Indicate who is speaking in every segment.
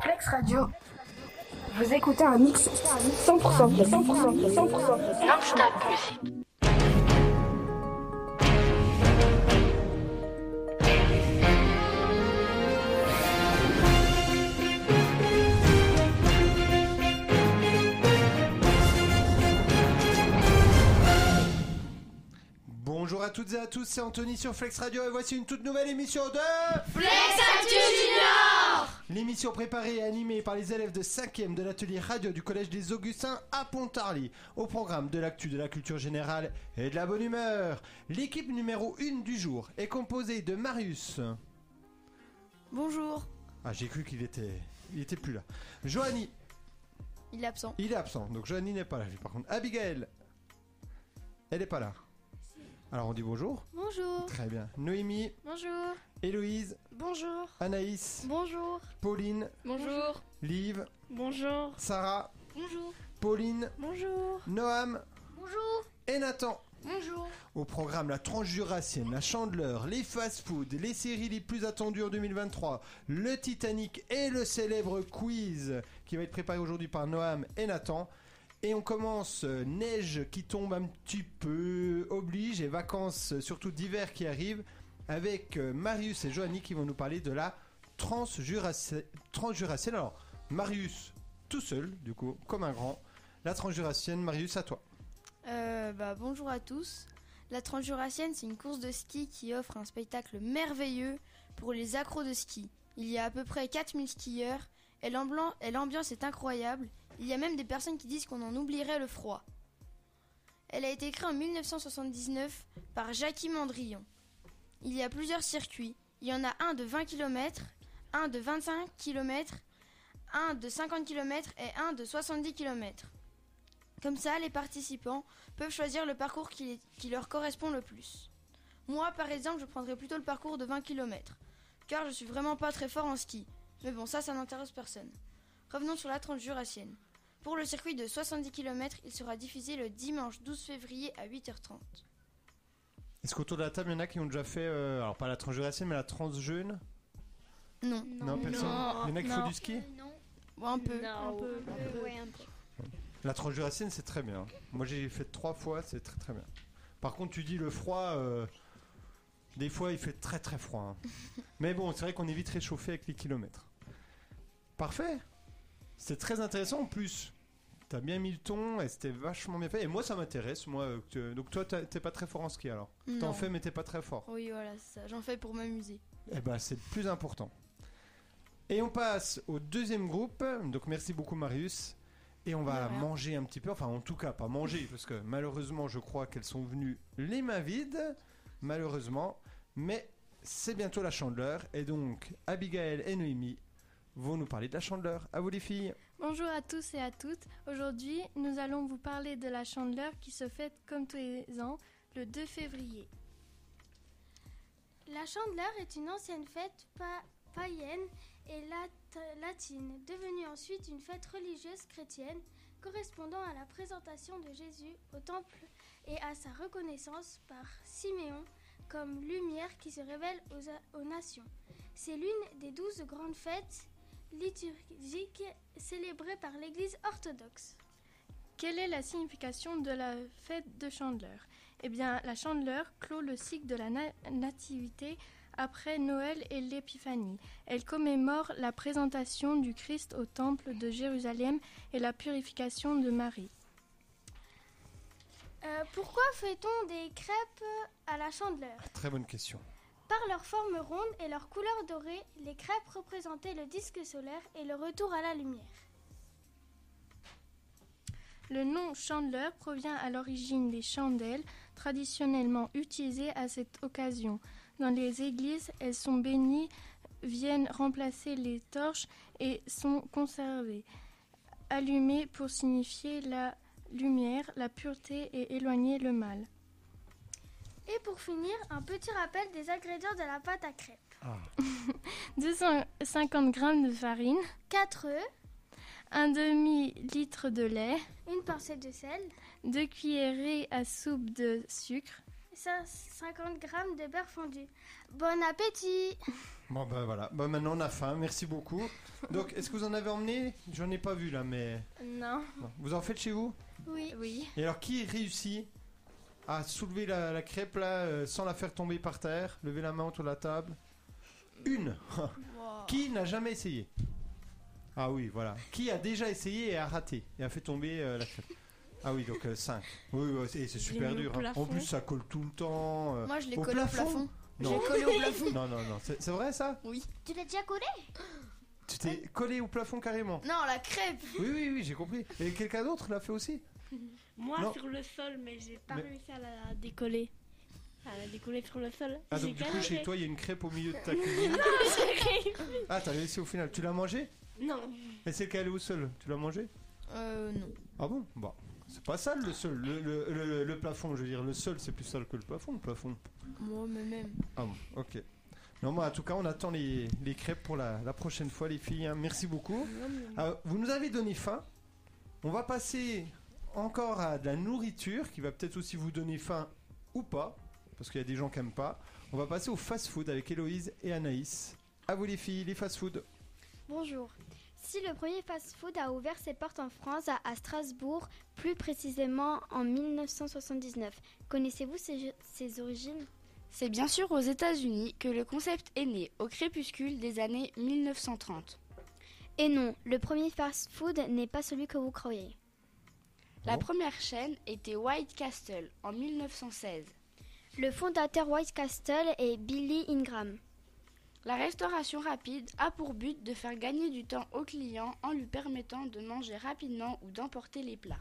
Speaker 1: Flex Radio. Vous écoutez un mix 100%, 100%, 100%, 100%. Non-stop musique.
Speaker 2: Bonjour à toutes et à tous, c'est Anthony sur Flex Radio et voici une toute nouvelle émission de
Speaker 3: Flex Actu Junior
Speaker 2: L'émission préparée et animée par les élèves de 5e de l'atelier radio du Collège des Augustins à Pontarly. Au programme de l'actu de la culture générale et de la bonne humeur. L'équipe numéro 1 du jour est composée de Marius.
Speaker 4: Bonjour.
Speaker 2: Ah, j'ai cru qu'il était. Il était plus là. Joanie,
Speaker 4: Il est absent.
Speaker 2: il est absent, donc Joanie n'est pas là. lui, Par contre, Abigail, elle n'est pas là. Alors on dit bonjour.
Speaker 5: Bonjour.
Speaker 2: Très bien. Noémie,
Speaker 5: Bonjour.
Speaker 2: Héloïse,
Speaker 5: Bonjour.
Speaker 2: Anaïs,
Speaker 5: Bonjour.
Speaker 2: Pauline,
Speaker 5: Bonjour.
Speaker 2: Liv,
Speaker 5: Bonjour.
Speaker 2: Sarah,
Speaker 5: Bonjour.
Speaker 2: Pauline,
Speaker 5: Bonjour.
Speaker 2: Noam
Speaker 5: Bonjour.
Speaker 2: et Nathan.
Speaker 5: Bonjour.
Speaker 2: Au programme la tranche jurassienne, la chandeleur, les fast-foods, les séries les plus attendues en 2023, le Titanic et le célèbre quiz qui va être préparé aujourd'hui par Noam et Nathan. Et on commence euh, neige qui tombe un petit peu oblige et vacances euh, surtout d'hiver qui arrivent avec euh, Marius et Joanie qui vont nous parler de la transjurassienne. transjurassienne. Alors Marius tout seul du coup comme un grand. La transjurassienne, Marius à toi.
Speaker 4: Euh, bah, bonjour à tous. La Transjurassienne, c'est une course de ski qui offre un spectacle merveilleux pour les accros de ski. Il y a à peu près 4000 skieurs et l'amblan- et l'ambiance est incroyable. Il y a même des personnes qui disent qu'on en oublierait le froid. Elle a été créée en 1979 par Jackie Mandrillon. Il y a plusieurs circuits. Il y en a un de 20 km, un de 25 km, un de 50 km et un de 70 km. Comme ça, les participants peuvent choisir le parcours qui, les- qui leur correspond le plus. Moi, par exemple, je prendrais plutôt le parcours de 20 km, car je suis vraiment pas très fort en ski. Mais bon, ça, ça n'intéresse personne. Revenons sur la tranche jurassienne. Pour le circuit de 70 km, il sera diffusé le dimanche 12 février à 8h30.
Speaker 2: Est-ce qu'autour de la table, il y en a qui ont déjà fait, euh, alors pas la transjurassienne, mais la transjeune
Speaker 4: Non.
Speaker 2: Non, personne Il y en a qui font du
Speaker 6: Euh,
Speaker 2: ski
Speaker 4: Bon, un peu.
Speaker 5: Un peu.
Speaker 2: La transjurassienne, c'est très bien. Moi, j'ai fait trois fois, c'est très très bien. Par contre, tu dis le froid, euh, des fois, il fait très très froid. hein. mais bon, c'est vrai qu'on est vite réchauffé avec les kilomètres. Parfait C'était très intéressant en plus. T'as bien mis le ton et c'était vachement bien fait. Et moi, ça m'intéresse. Moi, euh, que- donc toi, t'as- t'es pas très fort en ski alors. T'en
Speaker 4: Non.
Speaker 2: fais, mais t'es pas très fort.
Speaker 4: Oui, voilà, c'est ça. J'en fais pour m'amuser.
Speaker 2: Eh ben, c'est le plus important. Et on passe au deuxième groupe. Donc, merci beaucoup, Marius. Et on va
Speaker 4: De rien.
Speaker 2: manger un petit peu. Enfin, en tout cas, pas manger, parce que malheureusement, je crois qu'elles sont venues les mains vides. Malheureusement. Mais c'est bientôt la chandeleur. Et donc, Abigail et Noémie vont nous parler de la chandeleur. À vous, les filles.
Speaker 7: Bonjour à tous et à toutes. Aujourd'hui, nous allons vous parler de la chandeleur qui se fête comme tous les ans le 2 février.
Speaker 6: La chandeleur est une ancienne fête pa- païenne et lat- latine, devenue ensuite une fête religieuse chrétienne, correspondant à la présentation de Jésus au temple et à sa reconnaissance par Siméon comme lumière qui se révèle aux, a- aux nations. C'est l'une des douze grandes fêtes liturgiques célébrées par l'Église orthodoxe.
Speaker 7: Quelle est la signification de la fête de Chandeleur Eh bien, la Chandeleur clôt le cycle de la na- nativité après Noël et l'Épiphanie. Elle commémore la présentation du Christ au temple de Jérusalem et la purification de Marie.
Speaker 6: Euh, pourquoi fait-on des crêpes à la chandeleur
Speaker 2: Très bonne question.
Speaker 6: Par leur forme ronde et leur couleur dorée, les crêpes représentaient le disque solaire et le retour à la lumière.
Speaker 7: Le nom chandeleur provient à l'origine des chandelles traditionnellement utilisées à cette occasion. Dans les églises, elles sont bénies, viennent remplacer les torches et sont conservées, allumées pour signifier la lumière, la pureté et éloigner le mal.
Speaker 6: Et pour finir, un petit rappel des ingrédients de la pâte à crêpes.
Speaker 7: 250 g de farine,
Speaker 6: 4 œufs,
Speaker 7: un demi-litre de lait,
Speaker 6: une pincée de sel,
Speaker 7: 2 cuillerées à soupe de sucre,
Speaker 8: 50 grammes de beurre fondu. Bon appétit
Speaker 2: Bon, ben voilà. Bon, maintenant, on a faim. Merci beaucoup. Donc, est-ce que vous en avez emmené J'en ai pas vu là, mais.
Speaker 9: Non.
Speaker 2: non. Vous en faites chez vous
Speaker 8: Oui.
Speaker 9: Oui.
Speaker 2: Et alors, qui réussit à soulever la, la crêpe là euh, sans la faire tomber par terre Levez la main autour de la table. Une Qui n'a jamais essayé Ah oui, voilà. Qui a déjà essayé et a raté et a fait tomber euh, la crêpe Ah oui, donc 5. Oui, oui, c'est c'est super
Speaker 7: mis au
Speaker 2: dur. hein. En
Speaker 7: plafond.
Speaker 2: plus, ça colle tout le temps. euh,
Speaker 10: Moi, je l'ai
Speaker 2: au
Speaker 10: collé au plafond. Je
Speaker 2: Non.
Speaker 10: l'ai collé au plafond.
Speaker 2: Non, non, non. C'est c'est vrai ça
Speaker 10: Oui.
Speaker 7: Tu l'as déjà collé
Speaker 2: Tu t'es collé au plafond carrément
Speaker 10: Non, la crêpe.
Speaker 2: Oui, oui, oui, j'ai compris. Et quelqu'un d'autre l'a fait aussi
Speaker 7: Moi
Speaker 2: Non.
Speaker 7: sur le sol, mais j'ai pas
Speaker 2: Mais-
Speaker 7: réussi à la décoller. À la décoller sur le sol.
Speaker 2: Ah,
Speaker 7: j'ai
Speaker 2: donc du coup, chez toi, il y a une crêpe au milieu de ta cuisine. Ah, t'as réussi au final. Tu l'as mangée
Speaker 7: Non.
Speaker 2: Et c'est qu'elle est au sol. Tu l'as mangée
Speaker 10: Euh, non.
Speaker 2: Ah bon Bon. C'est pas sale le sol. Le, le- le- le- le plafond, je veux dire. Le sol, c'est plus sale que le plafond. Le plafond.
Speaker 10: Moi, mais même.
Speaker 2: Ah bon, ok. Non, moi, en tout cas, on attend les, les crêpes pour la, la prochaine fois, les filles. hein. Merci beaucoup. Ah, vous nous avez donné faim. On va passer encore à de la nourriture qui va peut-être aussi vous donner faim ou pas, parce qu'il y a des gens qui n'aiment pas. On va passer au fast-food avec Héloïse et Anaïs. À vous, les filles, les fast-food.
Speaker 8: Bonjour. Si le premier fast-food a ouvert ses portes en France, à, à Strasbourg, plus précisément en 1979, connaissez-vous ses, ses origines
Speaker 4: C'est bien sûr aux États-Unis que le concept est né, au crépuscule des années 1930.
Speaker 8: Et Eh non, le premier fast-food n'est pas celui que vous croyez.
Speaker 4: La
Speaker 2: Bon.
Speaker 4: première chaîne était White Castle en 1916.
Speaker 8: Le fondateur White Castle est Billy Ingram.
Speaker 4: La restauration rapide a pour but de faire gagner du temps au client en lui permettant de manger rapidement ou d'emporter les plats.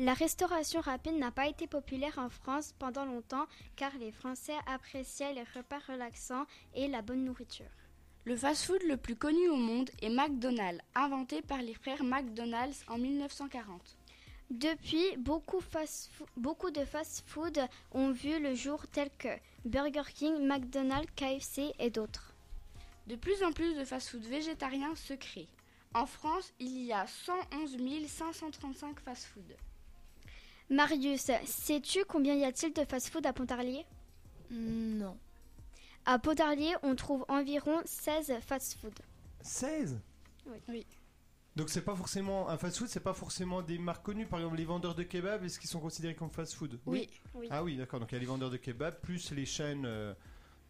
Speaker 8: La restauration rapide n'a pas été populaire en France pendant longtemps car les Français appréciaient les repas relaxants et la bonne nourriture.
Speaker 4: Le fast-food le plus connu au monde est McDonald's, inventé par les frères McDonald's en 1940.
Speaker 8: Depuis, beaucoup, fast fo- beaucoup de fast-food ont vu le jour tels que Burger King, McDonald's, KFC et d'autres.
Speaker 4: De plus en plus de fast-food végétariens se créent. En France, il y a 111 535 fast-food.
Speaker 8: Marius, sais-tu combien y a-t-il de fast-food à Pontarlier
Speaker 10: Non.
Speaker 8: À Pontarlier, on trouve environ 16 fast-food.
Speaker 2: 16
Speaker 4: Oui.
Speaker 2: Donc, c'est pas forcément. Un fast-food, c'est pas forcément des marques connues. Par exemple, les vendeurs de kebab, est-ce qu'ils sont considérés comme fast-food Ah oui, d'accord. Donc il y a les vendeurs de kebab, plus les chaînes, euh,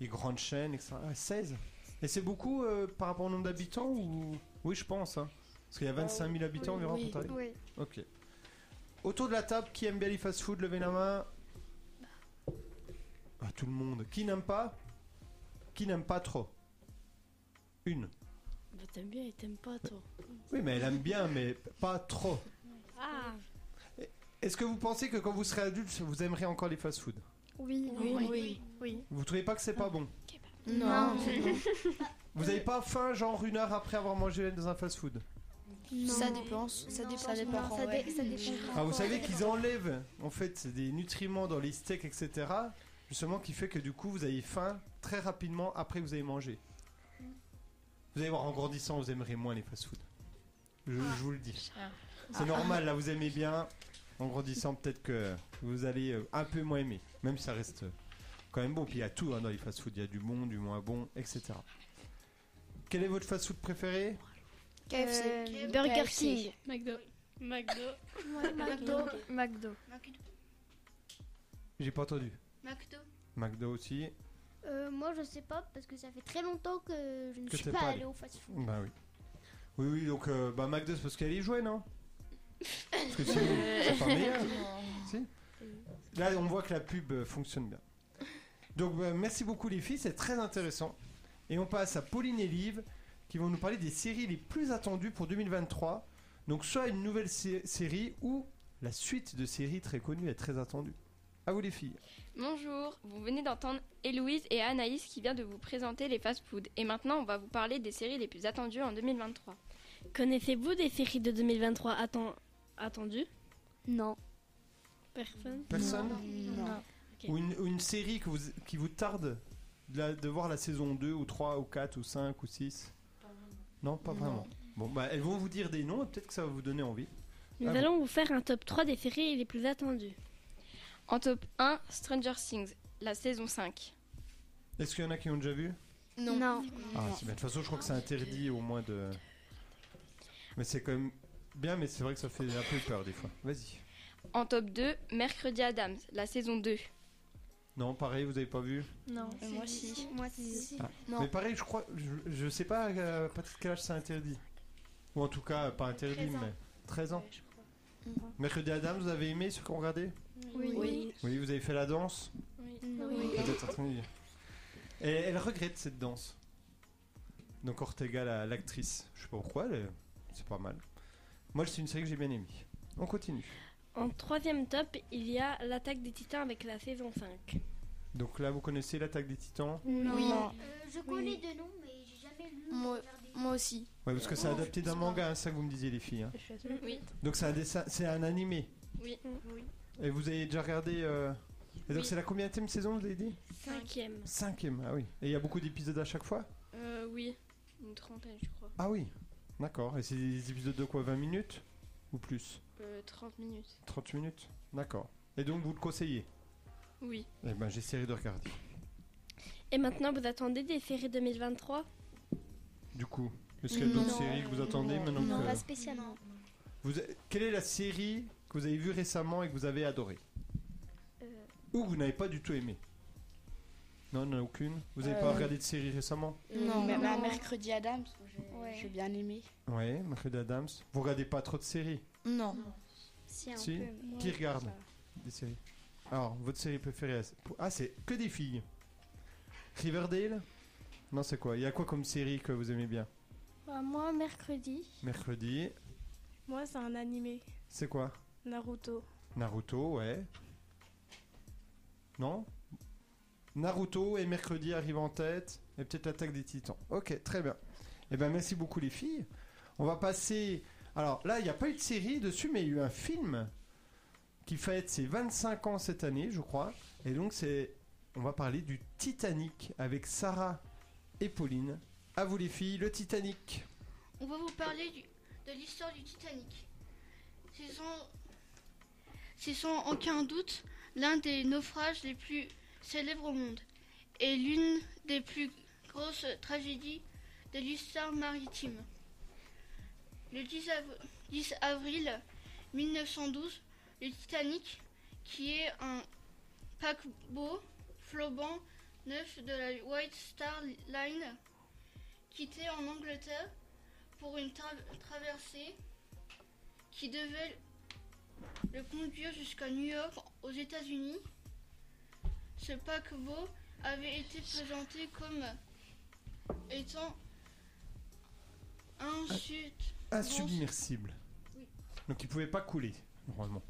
Speaker 2: les grandes chaînes, etc. Ah, 16 Et c'est beaucoup euh, par rapport au nombre d'habitants ou... Oui, je pense. hein. Parce qu'il y a 25 000 habitants environ
Speaker 10: Euh, oui,
Speaker 2: à Pontarlier.
Speaker 8: Oui.
Speaker 2: Ok. Autour de la table, qui aime bien les fast-food Levez la main. Ah, tout le monde. Qui n'aime pas Qui n'aime pas trop Une.
Speaker 7: Bah t'aimes bien et t'aimes pas toi.
Speaker 2: Oui, mais elle aime bien, mais pas trop.
Speaker 7: Ah.
Speaker 2: Est-ce que vous pensez que quand vous serez adulte, vous aimerez encore les fast-food
Speaker 8: Oui.
Speaker 7: oui.
Speaker 2: Vous trouvez pas que c'est
Speaker 7: Ah.
Speaker 2: pas bon
Speaker 10: Non.
Speaker 2: Vous avez pas faim genre une heure après avoir mangé dans un fast-food
Speaker 10: Ça dépend. Ça dépend. Ça dépend.
Speaker 8: Ça, dé-
Speaker 10: ouais.
Speaker 8: ça dépend.
Speaker 2: Ah, vous savez qu'ils enlèvent en fait des nutriments dans les steaks, etc. Justement, qui fait que du coup vous avez faim très rapidement après que vous avez mangé. Vous allez voir, en grandissant, vous aimerez moins les fast-food. Je, je vous le dis. C'est normal, là vous aimez bien. En grandissant, peut-être que vous allez euh, un peu moins aimer. Même si ça reste euh, quand même bon. Puis il y a tout hein, dans les fast-food il y a du bon, du moins bon, etc. Quel est votre fast-food préféré
Speaker 8: Euh,
Speaker 10: KFC.
Speaker 7: KFC.
Speaker 10: Burger
Speaker 7: KFC.
Speaker 10: King.
Speaker 7: McDo. McDo.
Speaker 9: McDo. McDo.
Speaker 2: J'ai pas entendu.
Speaker 7: McDo.
Speaker 2: McDo aussi.
Speaker 8: Euh,
Speaker 11: moi, je sais pas parce que ça fait très longtemps que je ne
Speaker 2: Que
Speaker 11: suis
Speaker 2: t'es
Speaker 11: pas,
Speaker 2: pas allé.
Speaker 11: allée au fast-food.
Speaker 2: Bah oui. Oui, oui, donc euh, bah, McDo, c'est parce qu'elle y jouait, non Parce que sinon, c'est pas meilleur. Si Là, on voit que la pub euh, fonctionne bien. Donc, bah, merci beaucoup, les filles, c'est très intéressant. Et on passe à Pauline et Liv, qui vont nous parler des séries les plus attendues pour 2023. Donc, soit une nouvelle sé- série ou la suite de séries très connues et très attendues. À vous, les filles.
Speaker 12: Bonjour, vous venez d'entendre Héloïse et Anaïs qui vient de vous présenter les fast-foods. Et maintenant, on va vous parler des séries les plus attendues en 2023.
Speaker 7: Connaissez-vous des séries de 2023 atten- attendues
Speaker 11: Non.
Speaker 7: Personne
Speaker 2: Personne
Speaker 10: Non.
Speaker 7: Ok.
Speaker 2: Ou une, ou une série que vous, qui vous tarde de, la- de voir la saison 2 ou 3 ou 4 ou 5 ou 6 Non, pas
Speaker 10: Non.
Speaker 2: vraiment. Bon, bah elles vont vous dire des noms et peut-être que ça va vous donner envie.
Speaker 7: Nous
Speaker 2: Ah bon.
Speaker 7: allons vous faire un top 3 des séries les plus attendues.
Speaker 12: En top 1, Stranger Things.
Speaker 13: la saison 5.
Speaker 2: Est-ce qu'il y en a qui ont déjà vu
Speaker 13: Non.
Speaker 2: Ah, si, mais de toute façon, je crois que c'est interdit au moins de. Mais c'est quand même bien, mais c'est vrai que ça fait un peu peur des fois. Vas-y.
Speaker 13: En top 2, Mercredi Adams, la saison 2.
Speaker 2: Non, pareil, vous avez pas vu
Speaker 13: Non,
Speaker 4: Si,
Speaker 13: moi
Speaker 4: si,
Speaker 13: si.
Speaker 4: si.
Speaker 13: Moi
Speaker 2: Ah. Mais pareil, je crois. Je, je sais pas euh, à partir de quel âge c'est interdit. Ou en tout cas, euh, pas interdit,
Speaker 14: 13 ans.
Speaker 2: mais 13 ans. Mercredi Adams, vous avez aimé ce qu'on regardait
Speaker 14: Oui. Oui.
Speaker 2: Oui, vous avez fait la danse
Speaker 14: Oui.
Speaker 2: Vous êtes entendu. Et elle regrette cette danse. Donc Ortega, la- l'actrice. je sais pas pourquoi, elle est- c'est pas mal. Moi, c'est une série que j'ai bien aimée. On continue.
Speaker 5: En troisième top, il y a l'attaque des titans avec la saison 5.
Speaker 2: Donc là, vous connaissez l'attaque des titans
Speaker 8: Non. Je connais de nom, mais j'ai jamais lu.
Speaker 4: Moi, moi aussi.
Speaker 2: Ouais, parce que c'est adapté d'un manga, hein, ça que vous me disiez, les filles. hein.
Speaker 13: Oui.
Speaker 2: Donc c'est un dessin, c'est un animé.
Speaker 13: Oui. oui.
Speaker 2: Et vous avez déjà regardé. euh, Et donc c'est la combien saison, vous avez dit
Speaker 13: Cinquième.
Speaker 2: Cinquième, ah oui. Et il y a beaucoup d'épisodes à chaque fois
Speaker 13: Euh, oui, une trentaine, je crois.
Speaker 2: Ah oui. D'accord. Et c'est des épisodes de quoi 20 minutes Ou plus
Speaker 13: Euh, 30 minutes.
Speaker 2: 30 minutes D'accord. Et donc vous le conseillez
Speaker 13: Oui.
Speaker 2: Eh ben j'essaierai de regarder.
Speaker 5: Et maintenant, vous attendez des séries 2023
Speaker 2: Du coup, est-ce qu'il y a d'autres séries que vous attendez maintenant que-
Speaker 8: spécialement.
Speaker 2: Vous a- Quelle est la série que vous avez vue récemment et que vous avez adorée Ou que vous n'avez pas du tout aimé Non, il n'y en a aucune. Vous n'avez pas
Speaker 12: Euh,
Speaker 2: regardé de série récemment
Speaker 12: Non, mais
Speaker 8: Non.
Speaker 12: bah, Mercredi Adams, j'ai j'ai bien aimé.
Speaker 2: Ouais, Mercredi Adams. Vous regardez pas trop de séries
Speaker 4: Non.
Speaker 12: Si,
Speaker 2: Si Qui regarde des séries Alors, votre série préférée à- Ah, c'est que des filles. Riverdale Non, c'est quoi Il y a quoi comme série que vous aimez bien
Speaker 14: Bah, moi, mercredi,
Speaker 2: Mercredi,
Speaker 14: moi, c'est un animé,
Speaker 2: c'est quoi
Speaker 14: Naruto.
Speaker 2: Naruto, ouais. Non Naruto et mercredi arrive en tête. Et peut-être l'attaque des titans. Ok, très bien. Eh bien, merci beaucoup, les filles. On va passer. Alors là, il n'y a pas eu de série dessus, mais il y a eu un film qui fête ses 25 ans cette année, je crois. Et donc, c'est. On va parler du Titanic avec Sarah et Pauline. À vous, les filles, le Titanic.
Speaker 3: On va vous parler du- de l'histoire du Titanic. C'est sans, c'est sans aucun doute l'un des naufrages les plus célèbres au monde et l'une des plus grosses tragédies de l'histoire maritime. Le 10, av- 10 avril 1912, le Titanic, qui est un paquebot flobant neuf de la White Star Line, quitté en Angleterre pour une tra- traversée qui devait le conduire jusqu'à New York aux États-Unis. Ce paquebot avait été présenté comme étant un chute.
Speaker 2: Insubmersible. Donc, il ne pouvait pas couler, normalement.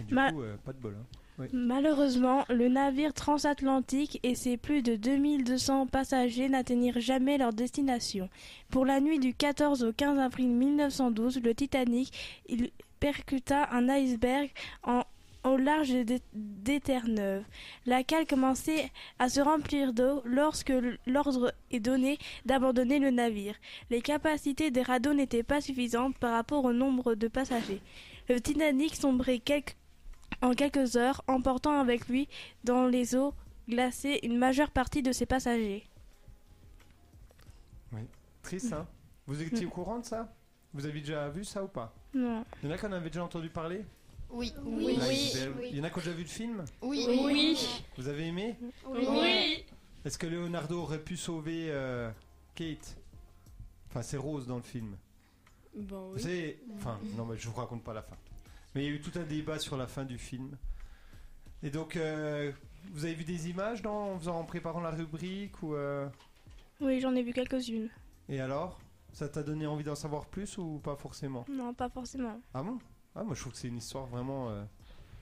Speaker 2: Et du
Speaker 14: Ma-
Speaker 2: coup, euh, pas de bol. hein. Oui.
Speaker 14: Malheureusement, le navire transatlantique et ses plus de 2200 passagers n'atteignirent jamais leur destination. Pour la nuit du 14 au 15 avril 1912, le Titanic il percuta un iceberg en- au large de- des Terre-Neuve. La cale commençait à se remplir d'eau lorsque l- l'ordre est donné d'abandonner le navire. Les capacités des radeaux n'étaient pas suffisantes par rapport au nombre de passagers. Le Titanic sombrait quelques en quelques heures, emportant avec lui dans les eaux glacées une majeure partie de ses passagers.
Speaker 2: Oui. Triste, hein Vous étiez au courant de ça Vous avez déjà vu ça ou pas
Speaker 14: Non.
Speaker 2: Il y en a qui en avaient déjà entendu parler
Speaker 4: Oui.
Speaker 14: Oui.
Speaker 2: L'iceberg. Il y en a qui ont déjà vu le film
Speaker 4: Oui. Oui. Oui.
Speaker 2: Vous avez aimé
Speaker 4: Oui. Oui.
Speaker 2: Est-ce que Leonardo aurait pu sauver euh, Kate Enfin, c'est Rose dans le film.
Speaker 5: Bon,
Speaker 2: Vous savez- Enfin, non, mais je vous raconte pas la fin. Mais il y a eu tout un débat sur la fin du film. Et donc, euh, vous avez vu des images non en, faisant- en préparant la rubrique ou euh,
Speaker 14: Oui, j'en ai vu quelques-unes.
Speaker 2: Et alors Ça t'a donné envie d'en savoir plus ou pas forcément
Speaker 14: Non, pas forcément.
Speaker 2: Ah bon Ah moi je trouve que c'est une histoire vraiment... euh,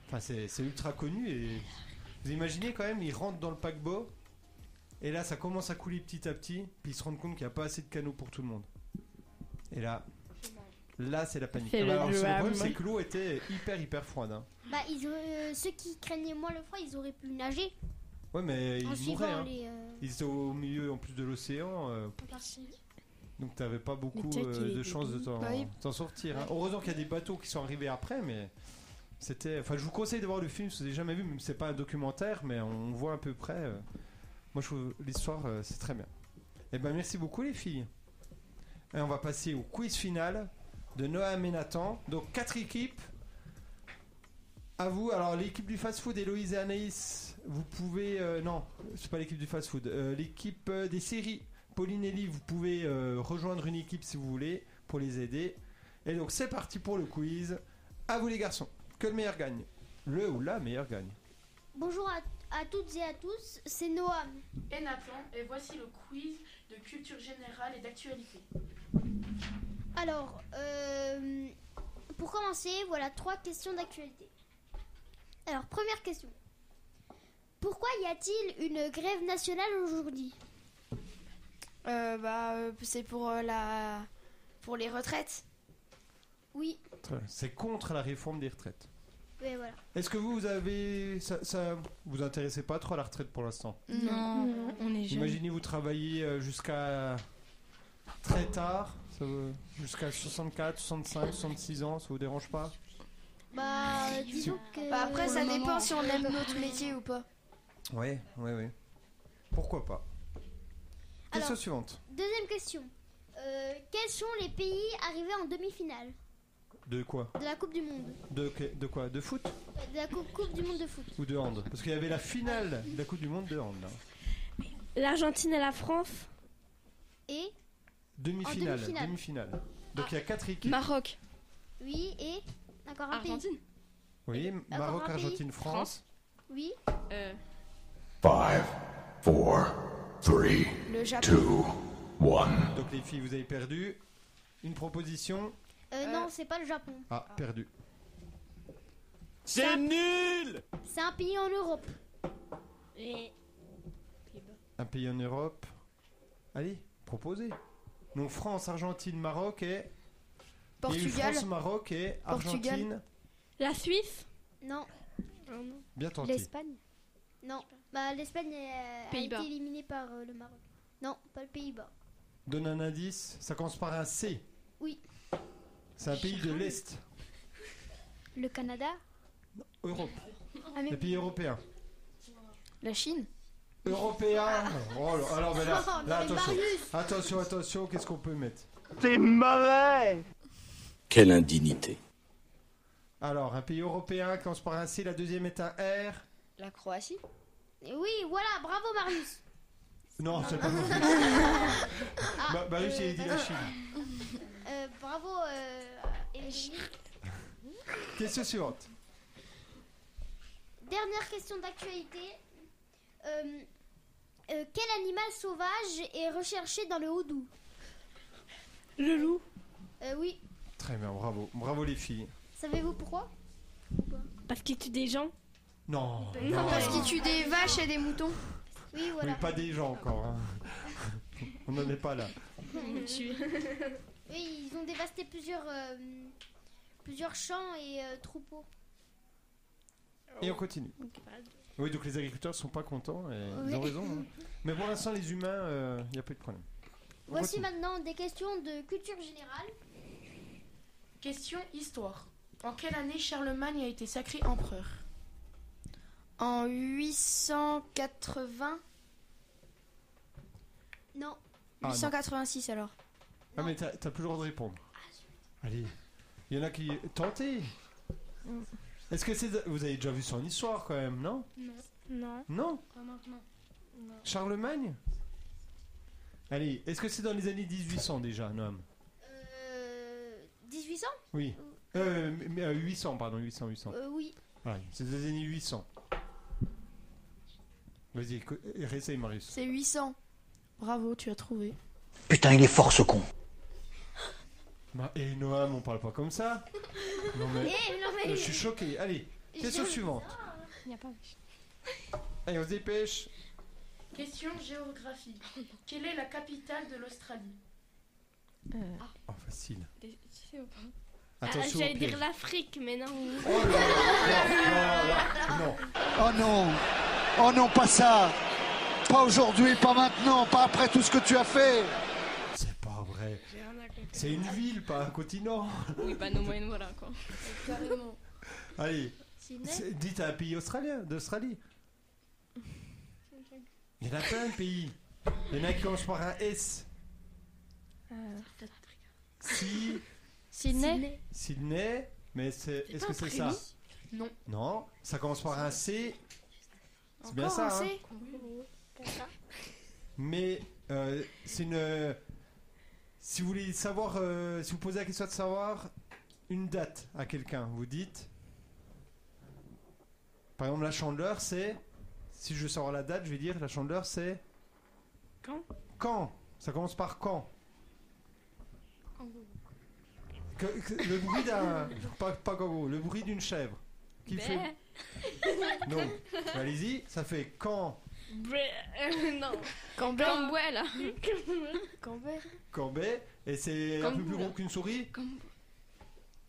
Speaker 2: Enfin c'est- c'est ultra connu et... Vous imaginez quand même, ils rentrent dans le paquebot et là ça commence à couler petit à petit puis ils se rendent compte qu'il n'y a pas assez de canaux pour tout le monde. Et là... Là c'est la panique.
Speaker 14: C'est
Speaker 2: Ah bah
Speaker 14: le
Speaker 2: alors,
Speaker 14: drame.
Speaker 2: problème c'est que l'eau était hyper hyper froide. hein.
Speaker 8: Bah, ils, euh, ceux qui craignaient moins le froid, ils auraient pu nager.
Speaker 2: Ouais mais
Speaker 8: En
Speaker 2: ils
Speaker 8: suivant
Speaker 2: mouraient. hein.
Speaker 8: les, euh,
Speaker 2: Ils étaient au milieu en plus de l'océan. euh, Donc t'avais pas beaucoup
Speaker 14: peut-être
Speaker 2: euh,
Speaker 14: qu'il
Speaker 2: de
Speaker 14: est
Speaker 2: chances de
Speaker 14: débile.
Speaker 2: t'en
Speaker 14: Bah oui.
Speaker 2: t'en sortir. hein. Heureusement qu'il y a des bateaux qui sont arrivés après, mais C'était. Enfin, je vous conseille de voir le film si vous n'avez jamais vu, même si c'est pas un documentaire, mais on voit à peu près. euh, Moi, je trouve l'histoire, euh, c'est très bien. Eh ben, merci beaucoup, les filles. Et on va passer au quiz final de Noam et Nathan. Donc, quatre équipes. À vous. Alors, l'équipe du fast-food, Héloïse et Anaïs, vous pouvez. euh, non, c'est pas l'équipe du fast-food. Euh, l'équipe euh, des séries. Pauline et Ellie, vous pouvez euh, rejoindre une équipe si vous voulez pour les aider. Et donc, c'est parti pour le quiz. À vous, les garçons. Que le meilleur gagne. Le ou la meilleure gagne.
Speaker 8: Bonjour à, à toutes et à tous, c'est Noam.
Speaker 15: Et Nathan, et voici le quiz de culture générale et d'actualité.
Speaker 8: Alors, euh, pour commencer, voilà trois questions d'actualité. Alors, première question. Pourquoi y a-t-il une grève nationale aujourd'hui
Speaker 4: Euh, bah, euh, c'est pour euh, la, pour les retraites.
Speaker 8: Oui.
Speaker 2: Très bien. C'est contre la réforme des retraites.
Speaker 8: Ouais, voilà.
Speaker 2: Est-ce que vous, vous avez. Ça, ça- vous intéressez pas trop à la retraite pour l'instant
Speaker 8: Non,
Speaker 14: Non. on est jeune.
Speaker 2: Imaginez vous travaillez euh, jusqu'à. très tard, ça vous- jusqu'à 64, 65, 66 ans, ça vous dérange pas
Speaker 8: Bah, euh, disons que.
Speaker 4: Ah, Bah, après,
Speaker 8: pour
Speaker 4: ça
Speaker 8: le
Speaker 4: dépend
Speaker 8: moment,
Speaker 4: si on aime notre métier ou pas.
Speaker 2: Ouais, ouais, ouais. Pourquoi pas Question
Speaker 8: Alors-
Speaker 2: suivante.
Speaker 8: Deuxième question. Euh, quels sont les pays arrivés en demi-finale
Speaker 2: De quoi
Speaker 8: de la Coupe du Monde
Speaker 2: de, que- de quoi De foot
Speaker 8: Euh, De la cou- Coupe du Monde de foot
Speaker 2: ou de hand Parce qu'il y avait la finale de la Coupe du Monde de hand. hein. là.
Speaker 5: L'Argentine et la France.
Speaker 8: Et
Speaker 2: Demi-finale.
Speaker 8: demi-finale.
Speaker 2: Demi-finale. Donc il y a quatre équipes.
Speaker 7: Bah,
Speaker 13: Maroc.
Speaker 8: Oui, et Encore un pays.
Speaker 13: Argentine.
Speaker 2: Oui,
Speaker 8: un
Speaker 2: Maroc,
Speaker 8: pays.
Speaker 2: Argentine, France.
Speaker 8: Oui.
Speaker 16: Five, four, three,
Speaker 4: Le Japon.
Speaker 16: two, one.
Speaker 2: Donc les filles, vous avez perdu. Une proposition.
Speaker 8: Euh, Non, c'est pas le Japon.
Speaker 2: Ah, perdu.
Speaker 8: Ça-
Speaker 2: nul
Speaker 8: C'est un pays en Europe.
Speaker 2: Un pays en Europe. Allez, proposez. Donc France, Argentine, Maroc et. Il y a eu
Speaker 5: Portugal.
Speaker 2: France, Maroc et Argentine.
Speaker 5: La Suisse.
Speaker 8: Non.
Speaker 2: Bien tenté.
Speaker 8: Non. Bah, l'Espagne euh, a été
Speaker 13: Pays-Bas.
Speaker 8: éliminée par euh, le Maroc. Non, pas le Pays-Bas.
Speaker 2: Donne un indice. Ça commence par un C.
Speaker 8: Oui.
Speaker 2: C'est un pays de l'Est.
Speaker 8: Le Canada
Speaker 2: Europe. Les pays européens.
Speaker 4: La Chine.
Speaker 2: Européen Oh là, alors mais là,
Speaker 4: Oh,
Speaker 2: là,
Speaker 4: mais
Speaker 2: attention.
Speaker 4: Marius
Speaker 2: Attention, attention, qu'est-ce qu'on peut mettre
Speaker 17: C'est mauvais
Speaker 16: Quelle indignité.
Speaker 2: Alors, un pays européen commence par un C, la deuxième est un R.
Speaker 8: La Croatie Oui, voilà, bravo Marius.
Speaker 2: Non, c'est pas possible. Bah, bah oui,
Speaker 8: euh,
Speaker 2: j'ai dit la Chine.
Speaker 8: Euh, bravo, euh, Émilie.
Speaker 2: Question suivante.
Speaker 8: Dernière question d'actualité. Euh, euh, quel animal sauvage est recherché dans le Houdou
Speaker 5: Le loup.
Speaker 8: Euh, oui,
Speaker 2: Très bien, bravo. Bravo les filles.
Speaker 8: savez-vous pourquoi
Speaker 5: Parce qu'il tue des gens.
Speaker 2: Non.
Speaker 4: Non, parce qu'il tue des vaches et des moutons.
Speaker 8: Oui,
Speaker 2: Oui, pas des gens encore. hein. On n'en est pas là.
Speaker 8: Oui, ils ont dévasté plusieurs, euh, plusieurs champs et euh, troupeaux.
Speaker 2: Et on continue. Oui, donc les agriculteurs sont pas contents et ils ont
Speaker 8: Oui.
Speaker 2: raison. hein. Mais pour l'instant, les humains, euh, il n'y a plus de problème. On
Speaker 8: Voici
Speaker 2: continue.
Speaker 8: maintenant des questions de culture générale.
Speaker 15: Question histoire. En quelle année Charlemagne a été sacré empereur
Speaker 4: En 880
Speaker 8: Non.
Speaker 2: Ah, non.
Speaker 4: 886 alors.
Speaker 2: Ah, mais t'as t'as plus le droit de répondre. Allez. Il y en a qui. Tentez Est-ce que c'est. Vous avez déjà vu son histoire quand même, non
Speaker 15: Non.
Speaker 5: Non.
Speaker 2: Non
Speaker 15: Pas maintenant.
Speaker 2: Charlemagne Allez, est-ce que c'est dans les années 1800 déjà, Noam
Speaker 8: Euh, 1800
Speaker 2: Oui. Euh, mais- mais, euh, 800, pardon, 800, 800.
Speaker 8: Euh, Oui.
Speaker 2: Ouais, Ah c'est des années 800. Vas-y, co- essaye, Marius.
Speaker 4: C'est 800.
Speaker 15: Bravo, tu as trouvé.
Speaker 16: Putain, il est fort ce con.
Speaker 2: Ma- Et Noam, on parle pas comme ça Non mais.
Speaker 8: Eh, non, mais-
Speaker 2: Euh, Je suis choqué. Allez, question
Speaker 15: Je-
Speaker 2: suivante.
Speaker 15: Il n'y a pas.
Speaker 2: Allez, on se dépêche.
Speaker 15: Question géographie. Quelle est la capitale de l'Australie
Speaker 2: Oh, facile.
Speaker 5: Des- tu sais ou pas
Speaker 2: Attention
Speaker 5: Euh. Ah, J'allais
Speaker 2: au piège. Oh
Speaker 5: dire l'Afrique, mais non.
Speaker 2: Non.
Speaker 18: Oh non Oh non, pas ça Pas aujourd'hui, pas maintenant, pas après tout ce que tu as fait
Speaker 2: C'est pas vrai. C'est une ville, pas un continent.
Speaker 13: Oui, bah, non, moyenne, voilà, quoi.
Speaker 4: Carrément.
Speaker 2: Allez, C'est- Dites un pays australien, d'Australie. Il y en a plein de pays. Il y en a qui commencent par un S.
Speaker 5: Euh.
Speaker 2: Si,
Speaker 7: Sydney.
Speaker 2: Sydney, mais c'est, est-ce que c'est ça
Speaker 15: Non.
Speaker 2: Non, ça commence par un C. C'est bien
Speaker 15: Encore
Speaker 2: ça,
Speaker 15: un
Speaker 2: hein
Speaker 15: C
Speaker 2: Mais euh, c'est une. euh, si vous voulez savoir, euh, si vous posez la question de savoir une date à quelqu'un, vous dites. Par exemple, la chandeleur, c'est. Si je veux savoir la date, je vais dire la chandeleur, c'est.
Speaker 5: Quand
Speaker 2: Quand Ça commence par quand Que- que- Le bruit d'un. pas, pas kangourou, le bruit d'une chèvre. Qui fait. Non. Allez-y, ça fait quand
Speaker 13: non.
Speaker 4: Campbell.
Speaker 13: Campbell.
Speaker 4: Campbell.
Speaker 2: Cambé, et c'est un peu plus
Speaker 4: Kangourou.
Speaker 2: gros qu'une souris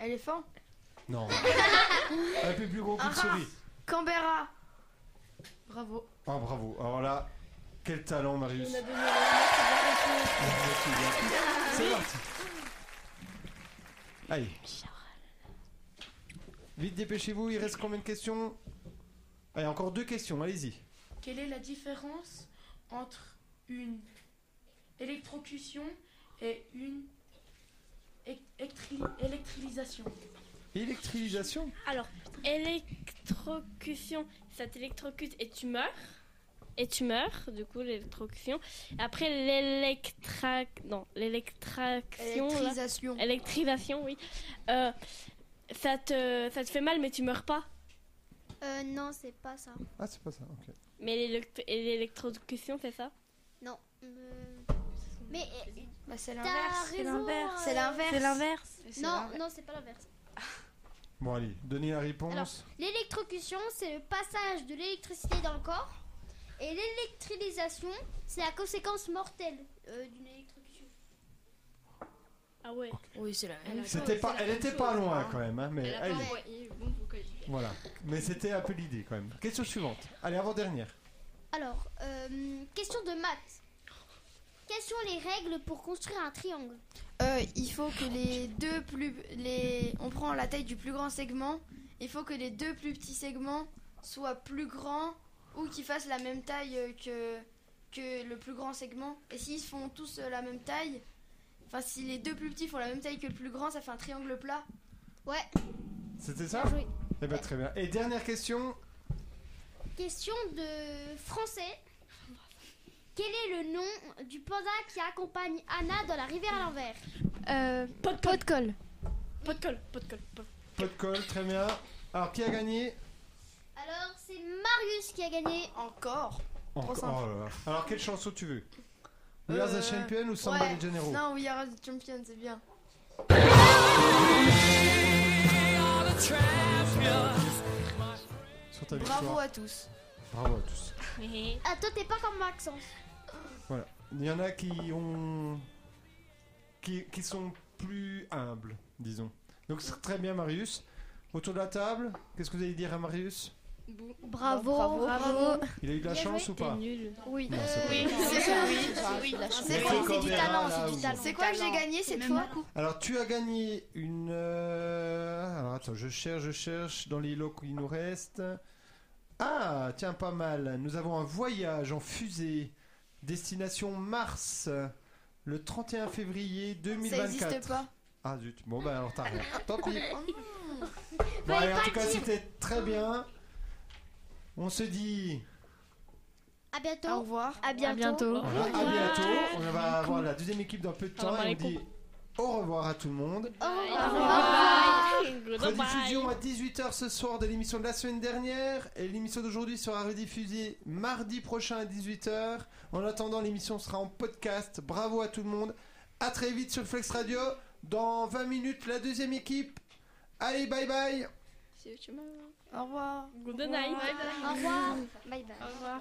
Speaker 4: Éléphant.
Speaker 2: Non. un peu plus gros
Speaker 4: Un
Speaker 2: qu'une
Speaker 4: rat.
Speaker 2: souris.
Speaker 4: Canberra. Bravo.
Speaker 2: Ah bravo. Alors là, quel talent Marius.
Speaker 4: On a donné
Speaker 2: C'est parti. Allez. Vite dépêchez-vous, il reste combien de questions Allez, encore deux questions, allez-y.
Speaker 15: Quelle est la différence entre une électrocution et une éc- électri- électrilisation
Speaker 2: Électrilisation
Speaker 5: Alors, électrocution, ça t'électrocute et tu meurs. Et tu meurs, du coup, l'électrocution. Après, l'électra... Non, l'électraction... là.
Speaker 4: Électrisation.
Speaker 5: Électrisation, oui. Euh, ça, te, ça te fait mal, mais tu meurs pas.
Speaker 8: Euh, non, c'est pas ça.
Speaker 2: Ah, c'est pas ça, ok.
Speaker 5: Mais l'élect- et l'électrocution, c'est ça
Speaker 8: Non. euh, Mais. euh,
Speaker 4: Bah, c'est
Speaker 8: t'as
Speaker 4: l'inverse, c'est
Speaker 8: raison,
Speaker 4: l'inverse.
Speaker 8: euh,
Speaker 4: C'est l'inverse. C'est l'inverse. C'est
Speaker 8: Non,
Speaker 4: l'inverse.
Speaker 8: non, c'est pas l'inverse.
Speaker 2: Bon, allez, donnez la réponse.
Speaker 8: L'électrocution, c'est le passage de l'électricité dans le corps. Et l'électrilisation, c'est la conséquence mortelle euh, d'une électrocution.
Speaker 5: Ah ouais
Speaker 4: Oui, c'est la
Speaker 8: même
Speaker 2: C'était pas, elle était pas loin quand même, hein, mais
Speaker 12: Elle a
Speaker 2: allez.
Speaker 12: pas envoyé. Bon, vous connaissez.
Speaker 2: Voilà. Mais c'était un peu l'idée quand même. Question suivante. Allez, avant-dernière.
Speaker 8: Alors, euh, question de maths. Quelles sont les règles pour construire un triangle
Speaker 4: Euh, il faut que les deux plus les on prend la taille du plus grand segment. Il faut que les deux plus petits segments soient plus grands ou qu'ils fassent la même taille euh, que que le plus grand segment. Et s'ils font tous euh, la même taille, enfin si les deux plus petits font la même taille que le plus grand, ça fait un triangle plat.
Speaker 8: Ouais.
Speaker 2: C'était ça Eh ben très bien. Et dernière question.
Speaker 8: Question de français. Quel est le nom du panda qui accompagne Anna dans la rivière à l'envers
Speaker 7: Euh, pot de colle.
Speaker 5: Pot de colle, pot de colle.
Speaker 2: Pot de colle, très bien. Alors, qui a gagné
Speaker 8: Alors, c'est Marius qui a gagné.
Speaker 4: Encore
Speaker 2: Encore-
Speaker 4: simple. Euh,
Speaker 2: oh là là. Alors, quelle chanson tu veux We Are the Champion ou Samba
Speaker 4: ouais.
Speaker 2: de Janeiro
Speaker 4: Non, We Are the Champion, c'est bien.
Speaker 2: Sur ta
Speaker 4: Bravo
Speaker 2: victoire.
Speaker 4: à tous.
Speaker 2: Bravo à tous.
Speaker 8: Ah, toi, t'es pas comme Maxence.
Speaker 2: Voilà. Il y en a qui ont. qui, qui sont plus humbles, disons. Donc, c'est très bien, Marius. Autour de la table, qu'est-ce que vous allez dire à Marius
Speaker 19: Bravo,
Speaker 4: Bravo, bravo.
Speaker 2: Il a eu de la
Speaker 4: Bien
Speaker 2: chance
Speaker 4: joué.
Speaker 2: ou pas
Speaker 4: T'es
Speaker 19: Oui.
Speaker 2: Non, c'est
Speaker 4: Oui,
Speaker 2: pas vrai.
Speaker 4: c'est ça, oui.
Speaker 19: Oui, la chance.
Speaker 4: C'est
Speaker 2: Mais
Speaker 4: quoi
Speaker 2: c'est
Speaker 4: C'est du
Speaker 2: Canberra,
Speaker 4: talent,
Speaker 2: là,
Speaker 4: c'est
Speaker 2: ou-
Speaker 4: du talent. C'est quoi que j'ai gagné cette fois
Speaker 2: Alors tu as gagné une... euh, Alors attends, je cherche, je cherche dans les lots qu'il nous reste. Ah, tiens, pas mal. Nous avons un voyage en fusée, destination Mars, le 31 février 2024.
Speaker 4: Ça existe pas.
Speaker 2: Ah zut, bon bah alors t'as rien. Tant pis. Bon,
Speaker 4: Fallait
Speaker 2: allez, en
Speaker 4: pas
Speaker 2: tout
Speaker 4: le
Speaker 2: cas
Speaker 4: dire.
Speaker 2: c'était très bien. On se dit...
Speaker 8: À bientôt.
Speaker 4: Au revoir.
Speaker 8: À bientôt.
Speaker 2: Voilà, à bientôt. On va avoir la deuxième équipe dans peu de temps
Speaker 8: revoir
Speaker 2: et
Speaker 8: les
Speaker 2: on dit au revoir à tout le monde.
Speaker 5: Bye.
Speaker 2: Rediffusion à 18h ce soir de l'émission de la semaine dernière et l'émission d'aujourd'hui sera rediffusée mardi prochain à 18h. En attendant, l'émission sera en podcast. Bravo à tout le monde. À très vite sur Flex Radio. Dans 20 minutes, la deuxième équipe. Allez, bye bye.
Speaker 13: Si tu m'as-
Speaker 4: Au revoir.
Speaker 13: Good night.
Speaker 4: Au revoir.
Speaker 13: Bye bye. Au revoir.